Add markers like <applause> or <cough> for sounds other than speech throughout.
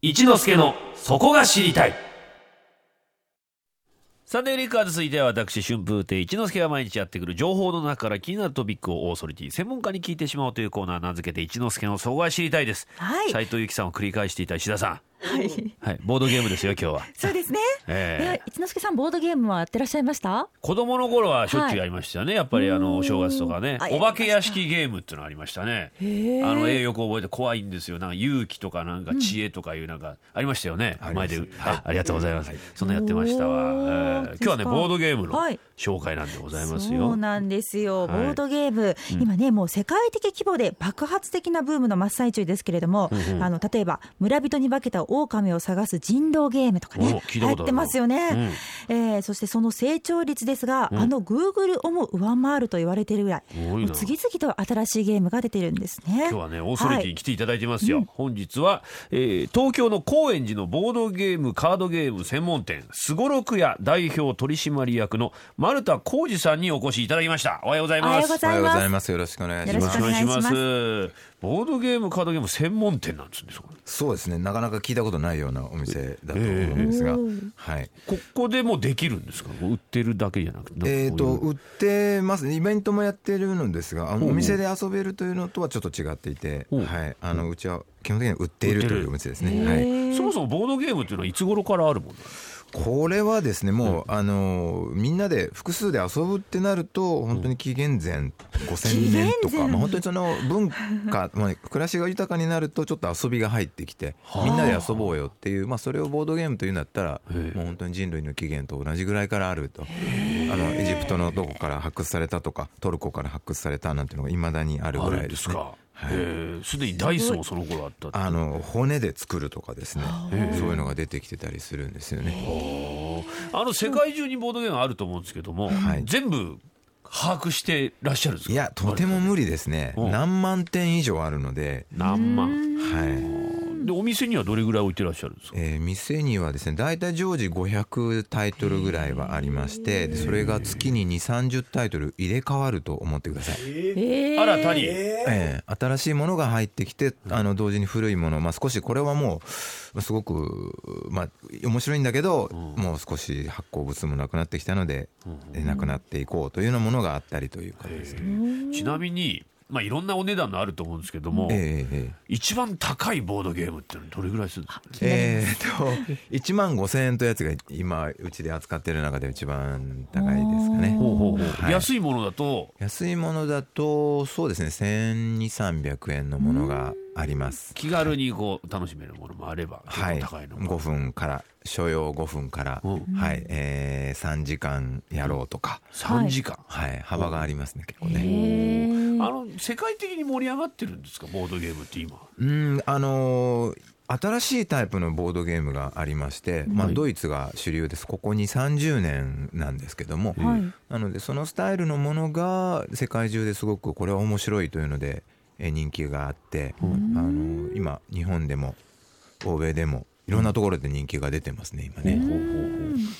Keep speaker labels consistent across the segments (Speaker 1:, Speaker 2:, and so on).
Speaker 1: 一之助のそこが知りたいサンデーリックは続いては私春風亭一之輔が毎日やってくる情報の中から気になるトピックをオーソリティ専門家に聞いてしまおうというコーナー名付けて一之輔のそこが知りたいです
Speaker 2: はい
Speaker 1: 斉藤由貴さんを繰り返していた石田さ
Speaker 2: はい。
Speaker 1: ん、はい、ボードゲームですよ今日は、
Speaker 2: <laughs> そうですね。
Speaker 1: え
Speaker 2: え、一之輔さんボードゲームはやってらっしゃいました？
Speaker 1: ー、子供の頃はしょっちゅうやりましたよね、やっぱりあのお正月とかね
Speaker 2: あや
Speaker 1: お
Speaker 2: りま
Speaker 1: 化
Speaker 2: した
Speaker 1: け屋敷ゲームっていうのありましたね
Speaker 2: へー
Speaker 1: あの絵よく覚えて怖いんですよなんか勇気とかなんか知恵とかいうなんかありましたよね、前で、あありがとうございます、そんなやってましたわ、え
Speaker 2: おー
Speaker 1: ー今日はね
Speaker 2: そうですか
Speaker 1: ボードゲームの
Speaker 2: はい
Speaker 1: 紹介なんでございますよ、
Speaker 2: そうなんですよ。ボ
Speaker 1: はい
Speaker 2: ードゲーム、今ねもう世界的規模で爆発的なブームの真っ最中ですけれども、あの例えば村人に化けた狼を探す人狼ゲームとか
Speaker 1: お
Speaker 2: ね、
Speaker 1: 聞い
Speaker 2: 流
Speaker 1: た
Speaker 2: 行
Speaker 1: こ
Speaker 2: っ
Speaker 1: とある
Speaker 2: てますよね。えーそしてその成長率ですが、あのグーグルをも上回ると言われているぐらい、
Speaker 1: すごいな
Speaker 2: もう次々と新しいゲームが出てるんですね。
Speaker 1: 今日はねオーソリティ
Speaker 2: い
Speaker 1: に来ていただいてますよ、本日は、えー東京の高円寺のボードゲームカードゲーム専門店すごろく屋代表取締役の丸田浩二さんにお越しいただきましたおはようござい
Speaker 2: おは
Speaker 1: ま
Speaker 2: よう
Speaker 1: す
Speaker 2: ご
Speaker 1: よ
Speaker 3: おは
Speaker 2: ざい
Speaker 3: よ
Speaker 2: ま
Speaker 3: うござい
Speaker 2: す。
Speaker 3: ます。よろしくお願いし
Speaker 2: よ
Speaker 3: ま
Speaker 2: ろしく
Speaker 3: す。
Speaker 2: お願いします
Speaker 1: ボードゲームカードゲーム専門店なんですねそこ
Speaker 3: そうですね。なかなか聞いたことないようなお店だと思うんですが、はい。
Speaker 1: ここでもうできるんですか売ってるだけじゃなくてなんか
Speaker 3: えっ、と
Speaker 1: こういう
Speaker 3: 売ってますね。イベントもやってるのですが、あのお店で遊べるというのとはちょっと違っていて、
Speaker 1: ほう
Speaker 3: はい。あのうちは基本的に売っているというお店ですね。
Speaker 2: へ
Speaker 3: はい。
Speaker 2: ー
Speaker 1: そもそもボードゲームっていうのはいつ頃からあるもんなんですか
Speaker 3: これはですね、もう、あのみんなで複数で遊ぶってなると本当に紀元前5000年と
Speaker 2: 紀元
Speaker 3: か、
Speaker 2: 前
Speaker 3: まあ、本当にその文化、 <laughs> まあ、暮らしが豊かになるとちょっと遊びが入ってきて、みんなで遊ぼうよっていう、まあ、それをボードゲームというんだったら、
Speaker 1: ええ
Speaker 3: もう本当に人類の起源と同じぐらいからあると。あのエジプトのどこから発掘されたとかトルコから発掘されたなんていうのがいまだにある
Speaker 1: あ
Speaker 3: ぐ
Speaker 1: る
Speaker 3: ら
Speaker 1: ん
Speaker 3: い
Speaker 1: で
Speaker 3: ですすね。
Speaker 1: かへーすでにダイスもその頃あったって
Speaker 3: あの骨で作るとかですねそういうのが出てきてたりするんですよね。
Speaker 1: あの世界中にボードゲームあると思うんですけども、
Speaker 3: はい
Speaker 1: 全部把握してらっしゃるんですか
Speaker 3: いやとても無理ですね
Speaker 1: うん
Speaker 3: 何万点以上あるので、
Speaker 1: 何万
Speaker 3: はい
Speaker 1: でお店にはどれぐらい置いてらっしゃるんですか
Speaker 3: えー店にはですね大体常時500タイトルぐらいはありましてでそれが月に2三3 0タイトル入れ替わると思ってください、
Speaker 2: えー
Speaker 1: 新たに、
Speaker 3: えー新しいものが入ってきてあの同時に古いもの、まあ、少しこれはもうすごく、まあ、面白いんだけど、もう少し発行物もなくなってきたので、えーなくなっていこうというようなものがあったりというかですね。
Speaker 1: ちなみに、まあ、いろんなお値段のあると思うんですけども、
Speaker 3: えーえーえー
Speaker 1: 一番高いボードゲームってのはどれぐらいするんですか
Speaker 3: えー、っと1万5000円というやつが今うちで扱ってる中で一番高いですかね
Speaker 1: ほうほうほう
Speaker 3: はい
Speaker 1: 安いものだと
Speaker 3: 安いものだとそうですね1200300円のものがあります
Speaker 1: 気軽にこう楽しめるものもあれば結
Speaker 3: はい
Speaker 1: 構高いのも、
Speaker 3: 5分から所要5分から、
Speaker 1: うん
Speaker 3: はいえー、3時間やろうとか、
Speaker 1: 3時間、
Speaker 3: はい、幅がありますね結構ね。
Speaker 1: あの世界的に盛り上がってるんですかボードゲームって今
Speaker 3: うん、あのー新しいタイプのボードゲームがありまして、まあ、
Speaker 1: はい
Speaker 3: ドイツが主流ですここに30年なんですけども、
Speaker 2: はい
Speaker 3: なのでそのスタイルのものが世界中ですごくこれは面白いというのでえ人気があって、あのー今日本でも欧米でもいろんなところで人気が出てますね今ね。
Speaker 1: ほうほうほう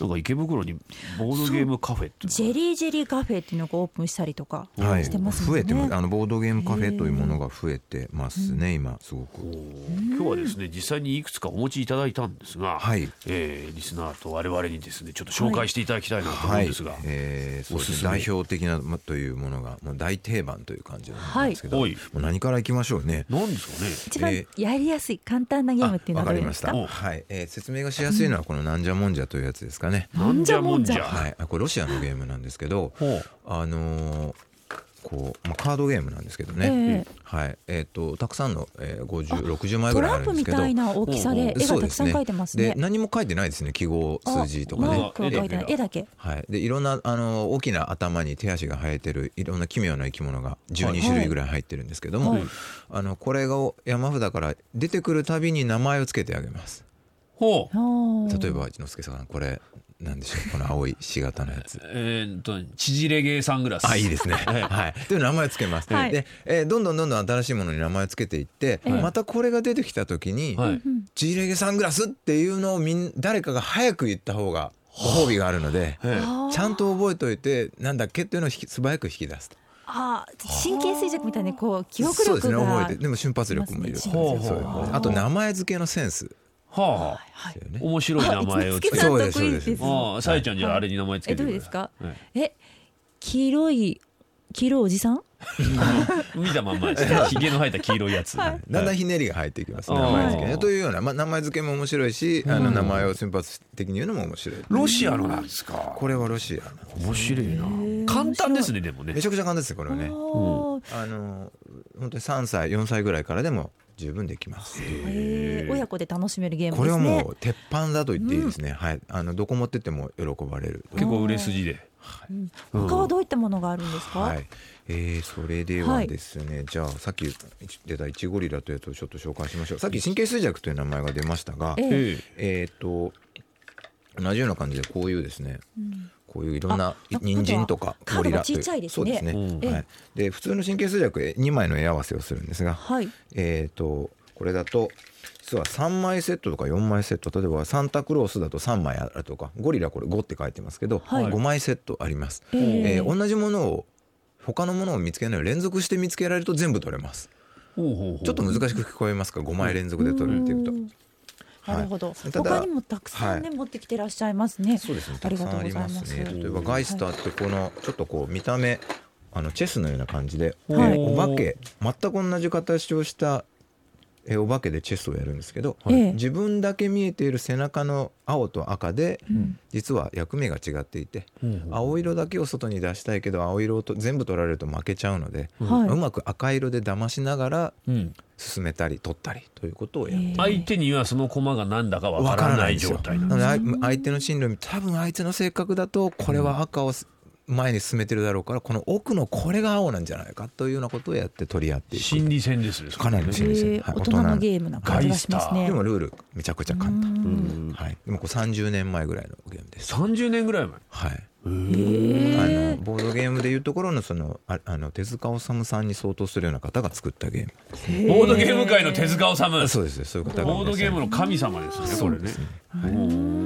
Speaker 1: なんか池袋にボードゲームカフェって
Speaker 2: ジ
Speaker 1: いう
Speaker 2: ェリージェリーカフェっていうのがオープンしたりとか
Speaker 3: は
Speaker 2: してますもん
Speaker 3: 増
Speaker 2: ね。
Speaker 3: えてますあのボードゲームカフェというものが増えてますね今すごく。
Speaker 1: のが今日はですね実際にいくつかお持ちいただいたんですが、
Speaker 3: はい
Speaker 1: えーリスナーと我々にですねちょっと紹介していただきたいなと思うんですが、はい
Speaker 3: えーそうです
Speaker 1: おす
Speaker 3: ね
Speaker 1: すめ
Speaker 3: 代表的なまというものがもう大定番という感じなんですけど、
Speaker 1: はい
Speaker 3: もう何からいきましょうね。
Speaker 1: なんですかね
Speaker 2: 一番
Speaker 3: え
Speaker 2: やりやすい簡単なゲームっていうの
Speaker 3: わ
Speaker 2: は
Speaker 3: か
Speaker 2: どれ
Speaker 3: り
Speaker 2: で
Speaker 3: ますした。
Speaker 2: か。
Speaker 3: はい、えー説明がしやすいのはこのなんじゃもんじゃというやつですかね。
Speaker 1: なんじゃもんじゃ
Speaker 3: はい、あこれロシアのゲームなんですけど
Speaker 1: ほう、
Speaker 3: あのーこうまあ、カードゲームなんですけどね、はいえー、とたくさんの、えー、5060枚
Speaker 2: ト
Speaker 3: ぐらいあ
Speaker 2: ラ
Speaker 3: る
Speaker 2: ン
Speaker 3: ん
Speaker 2: プ
Speaker 3: です
Speaker 2: み
Speaker 3: けど
Speaker 2: たいな大きさで絵が
Speaker 3: そう
Speaker 2: た
Speaker 3: で
Speaker 2: くさん描いてますね
Speaker 3: で。何も書いてないですね記号数字とか
Speaker 2: あ
Speaker 3: ね
Speaker 2: マークは描いてない絵だけ。
Speaker 3: はい、でいろんなあの大きな頭に手足が生えてるいろんな奇妙な生き物が
Speaker 1: はい
Speaker 3: 12種類ぐらい入ってるんですけども、
Speaker 2: はい
Speaker 3: あのこれが山札から出てくるたびに名前をつけてあげます
Speaker 1: ほう
Speaker 3: 例
Speaker 2: 例
Speaker 3: え。ば一之輔さんこれなんでしょうこの青い C 型のや
Speaker 1: <laughs>
Speaker 3: つ
Speaker 1: えーっと縮れゲーサングラス
Speaker 3: あいいですねはいという名前をつけます、
Speaker 2: はい
Speaker 3: で、えーどんどんどんどん新しいものに名前をつけていって、
Speaker 2: ええ
Speaker 3: またこれが出てきた時に、
Speaker 1: はい
Speaker 3: ジーレゲサングラスっていうのをみん誰かが早く言った方がご褒美があるので、
Speaker 1: ええ
Speaker 3: ちゃんと覚えといてなんだっけっていうのを引き素早く引き出すと
Speaker 2: ああ神経衰弱みたいなこう記憶
Speaker 3: そう
Speaker 2: 力
Speaker 3: ですね覚
Speaker 2: が
Speaker 3: えてでも瞬発力もいる
Speaker 2: そう
Speaker 1: ですね
Speaker 3: そういうあと名前付けのセンス
Speaker 1: ははあ、
Speaker 2: はい。
Speaker 3: だよね
Speaker 1: 面白い名前をつけて
Speaker 2: あいつつけた
Speaker 3: そうです
Speaker 2: かっこいいです
Speaker 3: そうです
Speaker 1: ああさえちゃんじゃああれに名前つ
Speaker 2: え
Speaker 1: けて
Speaker 2: どう
Speaker 1: く
Speaker 2: で
Speaker 1: ださ
Speaker 2: す
Speaker 1: い
Speaker 2: か。え黄色い黄色いおじさん。
Speaker 1: 見たまんまですねひげの生えた黄色いやつ、はい
Speaker 3: だんだんひねりが入ってきますね
Speaker 1: はい
Speaker 3: 名前付け
Speaker 1: あ
Speaker 3: ね
Speaker 1: ー
Speaker 3: というような、まあ、名前付けも面白いし、あの名前を瞬発的に言うのも面白い
Speaker 1: ロシアのなんですか
Speaker 3: これはロシア
Speaker 1: 面白いな
Speaker 2: ー
Speaker 1: 簡単ですねでもね
Speaker 3: めちゃくちゃ簡単ですよこれはね
Speaker 2: おー
Speaker 3: あの本当に3歳4歳ぐらいからでも十分できます
Speaker 2: へー親子で楽しめるゲーム
Speaker 3: こ
Speaker 2: で
Speaker 3: れ
Speaker 2: す
Speaker 3: は
Speaker 2: ね。
Speaker 3: もう鉄板だと言っていいですね、はいあのどこ持ってっても喜ばれる
Speaker 1: 結構売れ筋で
Speaker 2: 他はどういったものがあるんですか。
Speaker 3: はい、えー、それではですね、じゃあさっき出た「イチゴリラ」というやつをちょっと紹介しましょうさっき神経衰弱という名前が出ましたが
Speaker 2: ええ
Speaker 1: え
Speaker 3: えっ、と同じような感じでこういうですね
Speaker 2: うん
Speaker 3: こういういろんな
Speaker 2: あ
Speaker 3: 人参とか
Speaker 2: 角が
Speaker 3: ゴリラという
Speaker 2: 小さいです
Speaker 3: そう
Speaker 2: ね
Speaker 3: ですね、
Speaker 1: うん
Speaker 3: はい、で普通の神経衰弱2枚の絵合わせをするんですが
Speaker 2: はい。
Speaker 3: えー、とこれだと実は3枚セットとか4枚セット例えばサンタクロースだと3枚あるとかゴリラこれ5って書いてますけど、
Speaker 2: はい
Speaker 3: 5枚セットあります、
Speaker 2: え
Speaker 3: えー
Speaker 2: ー
Speaker 3: 同じものを他のものを見つけないように連続して見つけられると全部取れます
Speaker 1: ほうほうほう
Speaker 3: ちょっと難しく聞こえますが5枚連続で取れるっていうと
Speaker 2: うんなるほど。
Speaker 3: ただ
Speaker 2: 他にもたくさんね
Speaker 3: は
Speaker 2: 持ってきてらっしゃいますね。
Speaker 3: そうですね
Speaker 2: あ
Speaker 3: た
Speaker 2: り
Speaker 3: く
Speaker 2: が
Speaker 3: さ
Speaker 2: とうご
Speaker 3: んあり
Speaker 2: ざい
Speaker 3: ま
Speaker 2: ますす。
Speaker 3: ね例えばガイスターってこのちょっとこう見た目あのチェスのような感じで、え
Speaker 2: はい
Speaker 3: ーお化け全く同じ形をしたえーお化けでチェスをやるんですけど、
Speaker 2: はいええ
Speaker 3: 自分だけ見えている背中の青と赤で、
Speaker 2: ん
Speaker 3: 実は役目が違っていて、
Speaker 1: うんうん
Speaker 3: 青色だけを外に出したいけど青色をと全部取られると負けちゃうので、
Speaker 2: はいう
Speaker 3: まく赤色で騙しながら
Speaker 1: うん
Speaker 3: 進めたり取ったりということをやる。
Speaker 2: えー
Speaker 1: 相手にはその駒が何だかわ
Speaker 3: わ
Speaker 1: か
Speaker 3: からら
Speaker 1: な
Speaker 3: ないい状
Speaker 1: 状態
Speaker 3: 態
Speaker 1: な
Speaker 3: なんの
Speaker 1: だ
Speaker 3: であ相手の進路に多分あいつの性格だとこれは赤をす前に進めてるだろうからこの奥のこれが青なんじゃないかというようなことをやって取り合っていく
Speaker 1: 心理戦ですねそれ
Speaker 3: かなりの
Speaker 2: え
Speaker 3: 心理戦、
Speaker 2: ー大人のゲームな感じがします
Speaker 1: ガ
Speaker 2: ね
Speaker 3: で。もルールめちゃくちゃ簡
Speaker 2: う
Speaker 3: 単、
Speaker 1: うんん
Speaker 3: はい、でもこう30年前ぐらいのゲームです、
Speaker 1: 30年ぐらい前
Speaker 3: はい、
Speaker 2: へ
Speaker 3: あのボードゲームでいうところのそのああの手塚治虫さんに相当するような方が作ったゲーム、
Speaker 2: ー
Speaker 1: ボードゲーム界の手塚治虫
Speaker 3: そうですそういう方が
Speaker 1: ボードゲーム
Speaker 3: の、
Speaker 1: の神様ですねこれね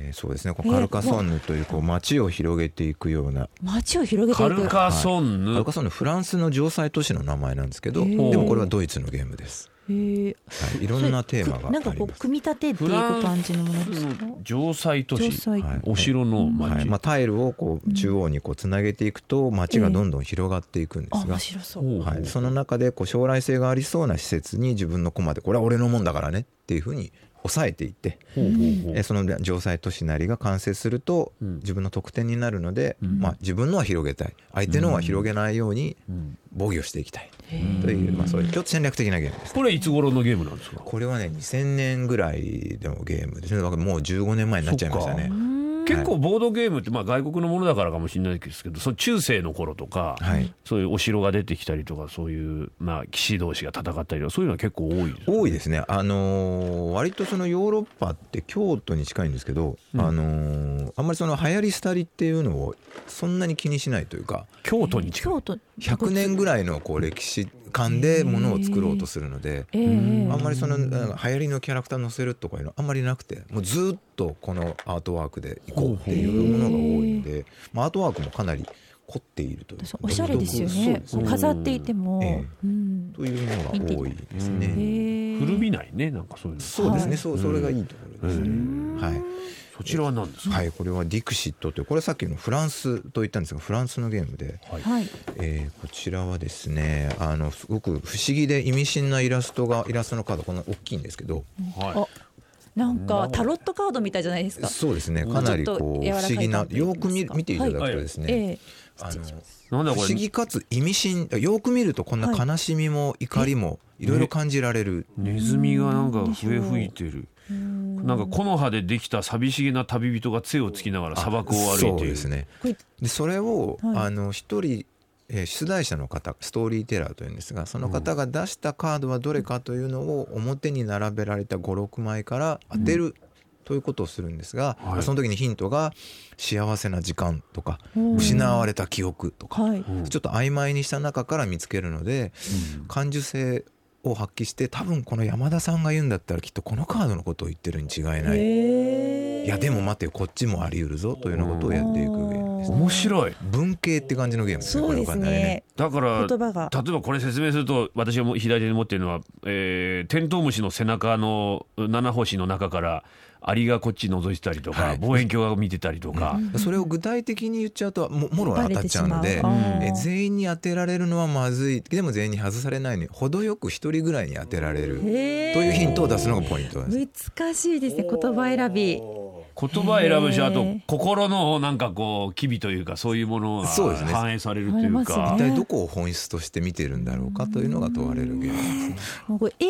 Speaker 3: えーそうですねこうカルカソンヌというこう街を広げていくような
Speaker 2: 街を広げて
Speaker 1: カ
Speaker 2: い
Speaker 1: ル
Speaker 2: く。
Speaker 1: カソン
Speaker 3: カ
Speaker 1: ヌ
Speaker 3: ルカソンヌフランスの城塞都市の名前なんですけど
Speaker 2: へ
Speaker 3: で
Speaker 2: ー
Speaker 3: もこれはドイツのゲームです、
Speaker 2: へー
Speaker 3: はい、いろんなテーマがあ
Speaker 2: な
Speaker 3: り
Speaker 2: んかこう
Speaker 3: ます、
Speaker 2: 組み立てていく感じのものですか。
Speaker 1: 城塞都
Speaker 2: 城
Speaker 1: 市
Speaker 2: 塞
Speaker 3: はい
Speaker 1: お城の
Speaker 3: はい
Speaker 1: 町
Speaker 3: まあ、タイルをこう中央にこうつなげていくと街がどんどん広がっていくんで
Speaker 2: あ
Speaker 3: すが
Speaker 2: 面、白そう。
Speaker 1: ほうほ
Speaker 3: は
Speaker 1: う
Speaker 3: い、その中でこう将来性がありそうな施設に自分の駒でこれは俺のもんだからねっていうふうに抑えていって、
Speaker 1: ほうほうほう
Speaker 3: えその城塞都市なりが完成すると
Speaker 1: うん
Speaker 3: 自分の得点になるので、
Speaker 1: うん
Speaker 3: まあ、自分のは広げたい相手のは広げないように
Speaker 1: うん
Speaker 3: 防御していきたい
Speaker 2: へ
Speaker 3: という、まあ、そういうちょっと戦略的なゲームです。
Speaker 1: これいつ頃のゲームなんですか
Speaker 3: これはね2000年ぐらいのゲームですねだからもう15年前になっちゃいましたね
Speaker 1: そ
Speaker 2: ーうん
Speaker 1: 結構ボードゲームってまあ外国のものだからかもしれないですけどその中世の頃とか、
Speaker 3: はい
Speaker 1: そういうお城が出てきたりとかそういうまあ騎士同士が戦ったりとかそういうのは結構多いです
Speaker 3: 多いですねあのー割とそのヨーロッパって京都に近いんですけど、あのーあんまりその流行り廃りっていうのをそんなに気にしないというか
Speaker 1: 京都に近い
Speaker 2: 京都
Speaker 3: 100年ぐらいのこう歴史観でものを作ろうとするので。
Speaker 2: ええ
Speaker 1: うん
Speaker 3: あんまりそのなんか流行りのキャラクター載せるとかいうのあんまりなくてもうずっとこのアートワークでいこうっていうものが多いので、まあ、アートワークもかなり凝っているという
Speaker 2: 私おしゃれですよ
Speaker 3: そう
Speaker 2: ね。
Speaker 3: です
Speaker 2: こう飾っていても、
Speaker 3: え
Speaker 2: うん
Speaker 3: というのが多いですね。
Speaker 2: へー
Speaker 1: 古びないねなんかそういうの
Speaker 3: そうです
Speaker 2: は
Speaker 3: ね、
Speaker 2: い
Speaker 3: そうそれがいいところですね。はい、
Speaker 1: そちらは何ですか、
Speaker 3: はい、これはディクシットというこれさっきのフランスと言ったんですがフランスのゲームで、
Speaker 2: はい。
Speaker 3: えーこちらはですねあのすごく不思議で意味深なイラストがイラストのカードこんな大きいんですけど
Speaker 1: はい
Speaker 2: あなんかタロットカードみたいじゃないですか。
Speaker 3: そうですねかなり
Speaker 2: ちょっ
Speaker 3: ことう
Speaker 2: 柔
Speaker 3: 不
Speaker 2: らかい
Speaker 3: 思議な
Speaker 2: 感じで
Speaker 3: よく見
Speaker 2: いいですか
Speaker 3: 見ていただくとです
Speaker 2: え
Speaker 3: ね、
Speaker 2: え
Speaker 3: あの
Speaker 1: なんだ
Speaker 3: 不
Speaker 1: こ
Speaker 3: 思
Speaker 1: れ
Speaker 3: 議かつ意味深よく見るとこんな悲しみも怒りもいろいろ感じられる、
Speaker 1: ネズミがなんか笛吹いてるなんか木の葉でできた寂しげな旅人が杖をつきながら砂漠を歩いている
Speaker 3: そうですね
Speaker 2: これ
Speaker 3: でそれを、
Speaker 2: はい
Speaker 3: あの一人、えー出題者の方ストーリーテラーというんですがその方が出したカードはどれかというのを表に並べられた56枚から当てる、ということをするんですが、
Speaker 1: はい
Speaker 3: その時にヒントが「幸せな時間」とか「
Speaker 2: うん
Speaker 3: 失われた記憶」とか、
Speaker 2: はい。
Speaker 1: うん
Speaker 3: ちょっと曖昧にした中から見つけるので、感受性を発揮して多分この山田さんが言うんだったらきっとこのカードのことを言ってるに違いない、
Speaker 2: ええ
Speaker 3: いやでも待てよこっちもあり得るぞというようなことをやっていくゲームんです
Speaker 1: 面白い
Speaker 3: 文系って感じのゲームですね
Speaker 2: そうで
Speaker 3: こ
Speaker 2: す
Speaker 3: れは
Speaker 2: ね。
Speaker 1: だから
Speaker 2: 言葉が
Speaker 1: 例えばこれ説明すると私がもう左手に持っているのは、えーテントウムシの背中の七星の中からアリがこっち覗いてたりとか、
Speaker 3: はい
Speaker 1: 望遠鏡が見てたりとか、
Speaker 3: それを具体的に言っちゃうとももろは当たっちゃうので
Speaker 2: バレてしまう
Speaker 3: え
Speaker 2: あー
Speaker 3: 全員に当てられるのはまずいでも全員に外されないのに程よく一人ぐらいに当てられると
Speaker 2: へー
Speaker 3: いうヒントを出すのがポイントなんです。
Speaker 2: 難しいですね言葉選び。
Speaker 1: 言葉選ぶし
Speaker 2: へー
Speaker 1: あと心のなんかこう機微というかそういうものが
Speaker 3: そうですね
Speaker 1: 反映されるという
Speaker 2: あ
Speaker 1: か
Speaker 3: 一
Speaker 2: りますね
Speaker 3: 体どこを本質として見てるんだろうかというのが問われるゲームですね。
Speaker 2: これえ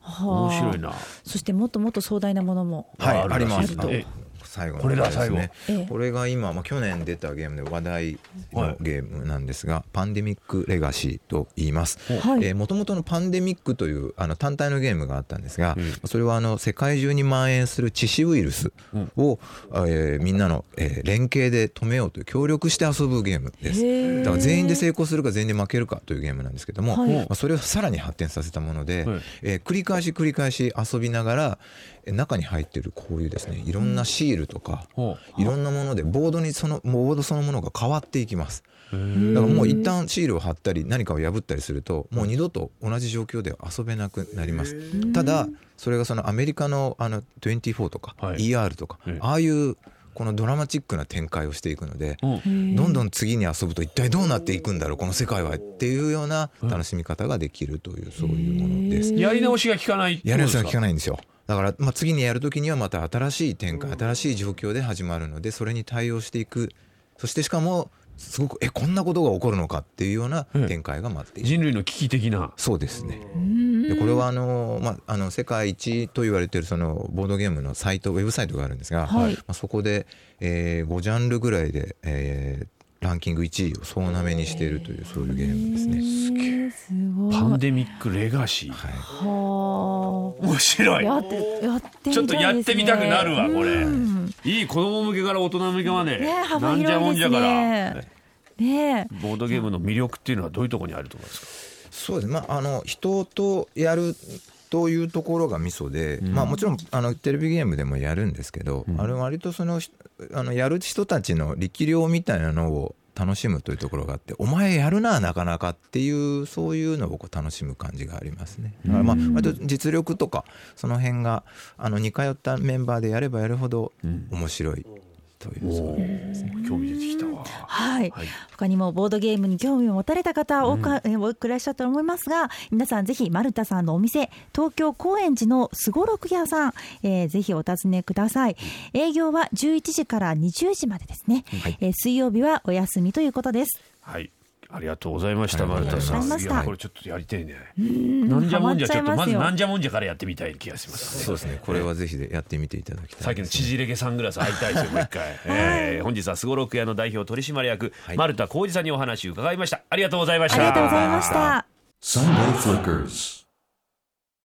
Speaker 2: はあ
Speaker 1: 面白いな。
Speaker 2: そしてもっともっと壮大なものも。
Speaker 1: はい
Speaker 3: ありま
Speaker 1: あるら
Speaker 3: す
Speaker 1: しいですね
Speaker 3: 最後の
Speaker 1: これだ
Speaker 3: 話ですね
Speaker 2: 最後ええ
Speaker 3: これが今、まあ、去年出たゲームで話題のゲームなんですが、パンデミック・レガシーと言います
Speaker 2: はい
Speaker 3: もともとのパンデミックというあの単体のゲームがあったんですが、
Speaker 1: うん
Speaker 3: それはあの世界中に蔓延する致死ウイルスを、えーみんなの、えー連携で止めようという協力して遊ぶゲームです
Speaker 2: へー
Speaker 3: だから全員で成功するか全員で負けるかというゲームなんですけども、
Speaker 2: はい
Speaker 3: まあ、それをさらに発展させたもので、
Speaker 1: はい
Speaker 3: えー繰り返し繰り返し遊びながらえー中に入ってるこういうですねいろんなシールとか、
Speaker 1: ほ
Speaker 3: いろんなものでボードにそのボードそのものが変わっていきます
Speaker 1: う
Speaker 3: だからもう一旦シールを貼ったり何かを破ったりするともう二度と同じ状況では遊べなくなりますただそれがそのアメリカのあの24とか
Speaker 1: はい
Speaker 3: ER とか
Speaker 1: ええ
Speaker 3: ああいうこのドラマチックな展開をしていくので
Speaker 1: うん
Speaker 2: へー
Speaker 3: どんどん次に遊ぶと一体どうなっていくんだろうこの世界はっていうような楽しみ方ができるというそういうものです。
Speaker 1: やり直しが効かないってこ
Speaker 3: や
Speaker 1: とで
Speaker 3: るやつ
Speaker 1: す
Speaker 3: は
Speaker 1: か
Speaker 3: 聞かないんですよだから、まあ、次にやるときにはまた新しい展開新しい状況で始まるのでそれに対応していくそしてしかもすごくえこんなことが起こるのかっていうような展開が待っている、
Speaker 1: 人類の危機的な
Speaker 3: そうですねでこれはあの、まあ、あの世界一と言われているそのボードゲームのサイトウェブサイトがあるんですが、
Speaker 2: はい
Speaker 3: まあ、そこで、え5ジャンルぐらいで、えーランキング1位を総なめにしているというそういうゲームですね。
Speaker 2: へーすごい。
Speaker 1: パンデミックレガシー
Speaker 3: はい
Speaker 2: は
Speaker 1: 面白
Speaker 2: あ。
Speaker 1: い
Speaker 2: やってやってみたいですね。
Speaker 1: ちょっとやってみたくなるわこれ
Speaker 2: うん
Speaker 1: いい子供向けから大人向けまで、
Speaker 2: ね
Speaker 1: な
Speaker 2: 幅
Speaker 1: んじゃもん
Speaker 2: 広い
Speaker 1: じ
Speaker 2: で
Speaker 1: ゃ
Speaker 2: す
Speaker 1: から
Speaker 2: ね。ねえ。
Speaker 1: ボードゲームの魅力っていうのはどういうところにあると思います
Speaker 3: そうですまああの人とやるというところがミソで、まあもちろんあのテレビゲームでもやるんですけど、あれ割とそのひあのやる人たちの力量みたいなのを楽しむというところがあってお前やるななかなかっていうそういうのをこう楽しむ感じがありますね。だからまあ割と実力とかその辺があの似通ったメンバーでやればやるほど面白いという、そういう
Speaker 1: か興味出てきたわ
Speaker 2: はい、
Speaker 1: はい
Speaker 2: 他にもボードゲームに興味を持たれた方多く,、えー多くいらっしゃったと思いますが皆さんぜひ丸田さんのお店東京高円寺のすごろく屋さん、えーぜひお尋ねください営業は11時から20時までですね、えー水曜日はお休みということです
Speaker 1: はいありがとうございました
Speaker 3: ありが
Speaker 1: 丸
Speaker 3: とうござい
Speaker 1: 田
Speaker 3: ました
Speaker 1: さん
Speaker 2: あ
Speaker 1: やこれ
Speaker 2: りがとうございました
Speaker 1: ちょっとやりたいねなんじゃもんじゃちょっと
Speaker 2: ハマ
Speaker 1: ま
Speaker 2: っちゃいます
Speaker 1: ず
Speaker 2: よ
Speaker 1: なんじゃもんじゃからやってみたい気がします
Speaker 3: そうですねこれはぜひでやってみていただきたいですね
Speaker 1: さっきの縮れ毛サングラス会いたいですよもう一回、
Speaker 2: <laughs>
Speaker 1: えー本日はすごろく屋の代表取締役、丸田浩二さんにお話を伺いましたありがとうございまし
Speaker 2: あ
Speaker 1: た
Speaker 2: りがとうございました
Speaker 4: Sunday Flickers.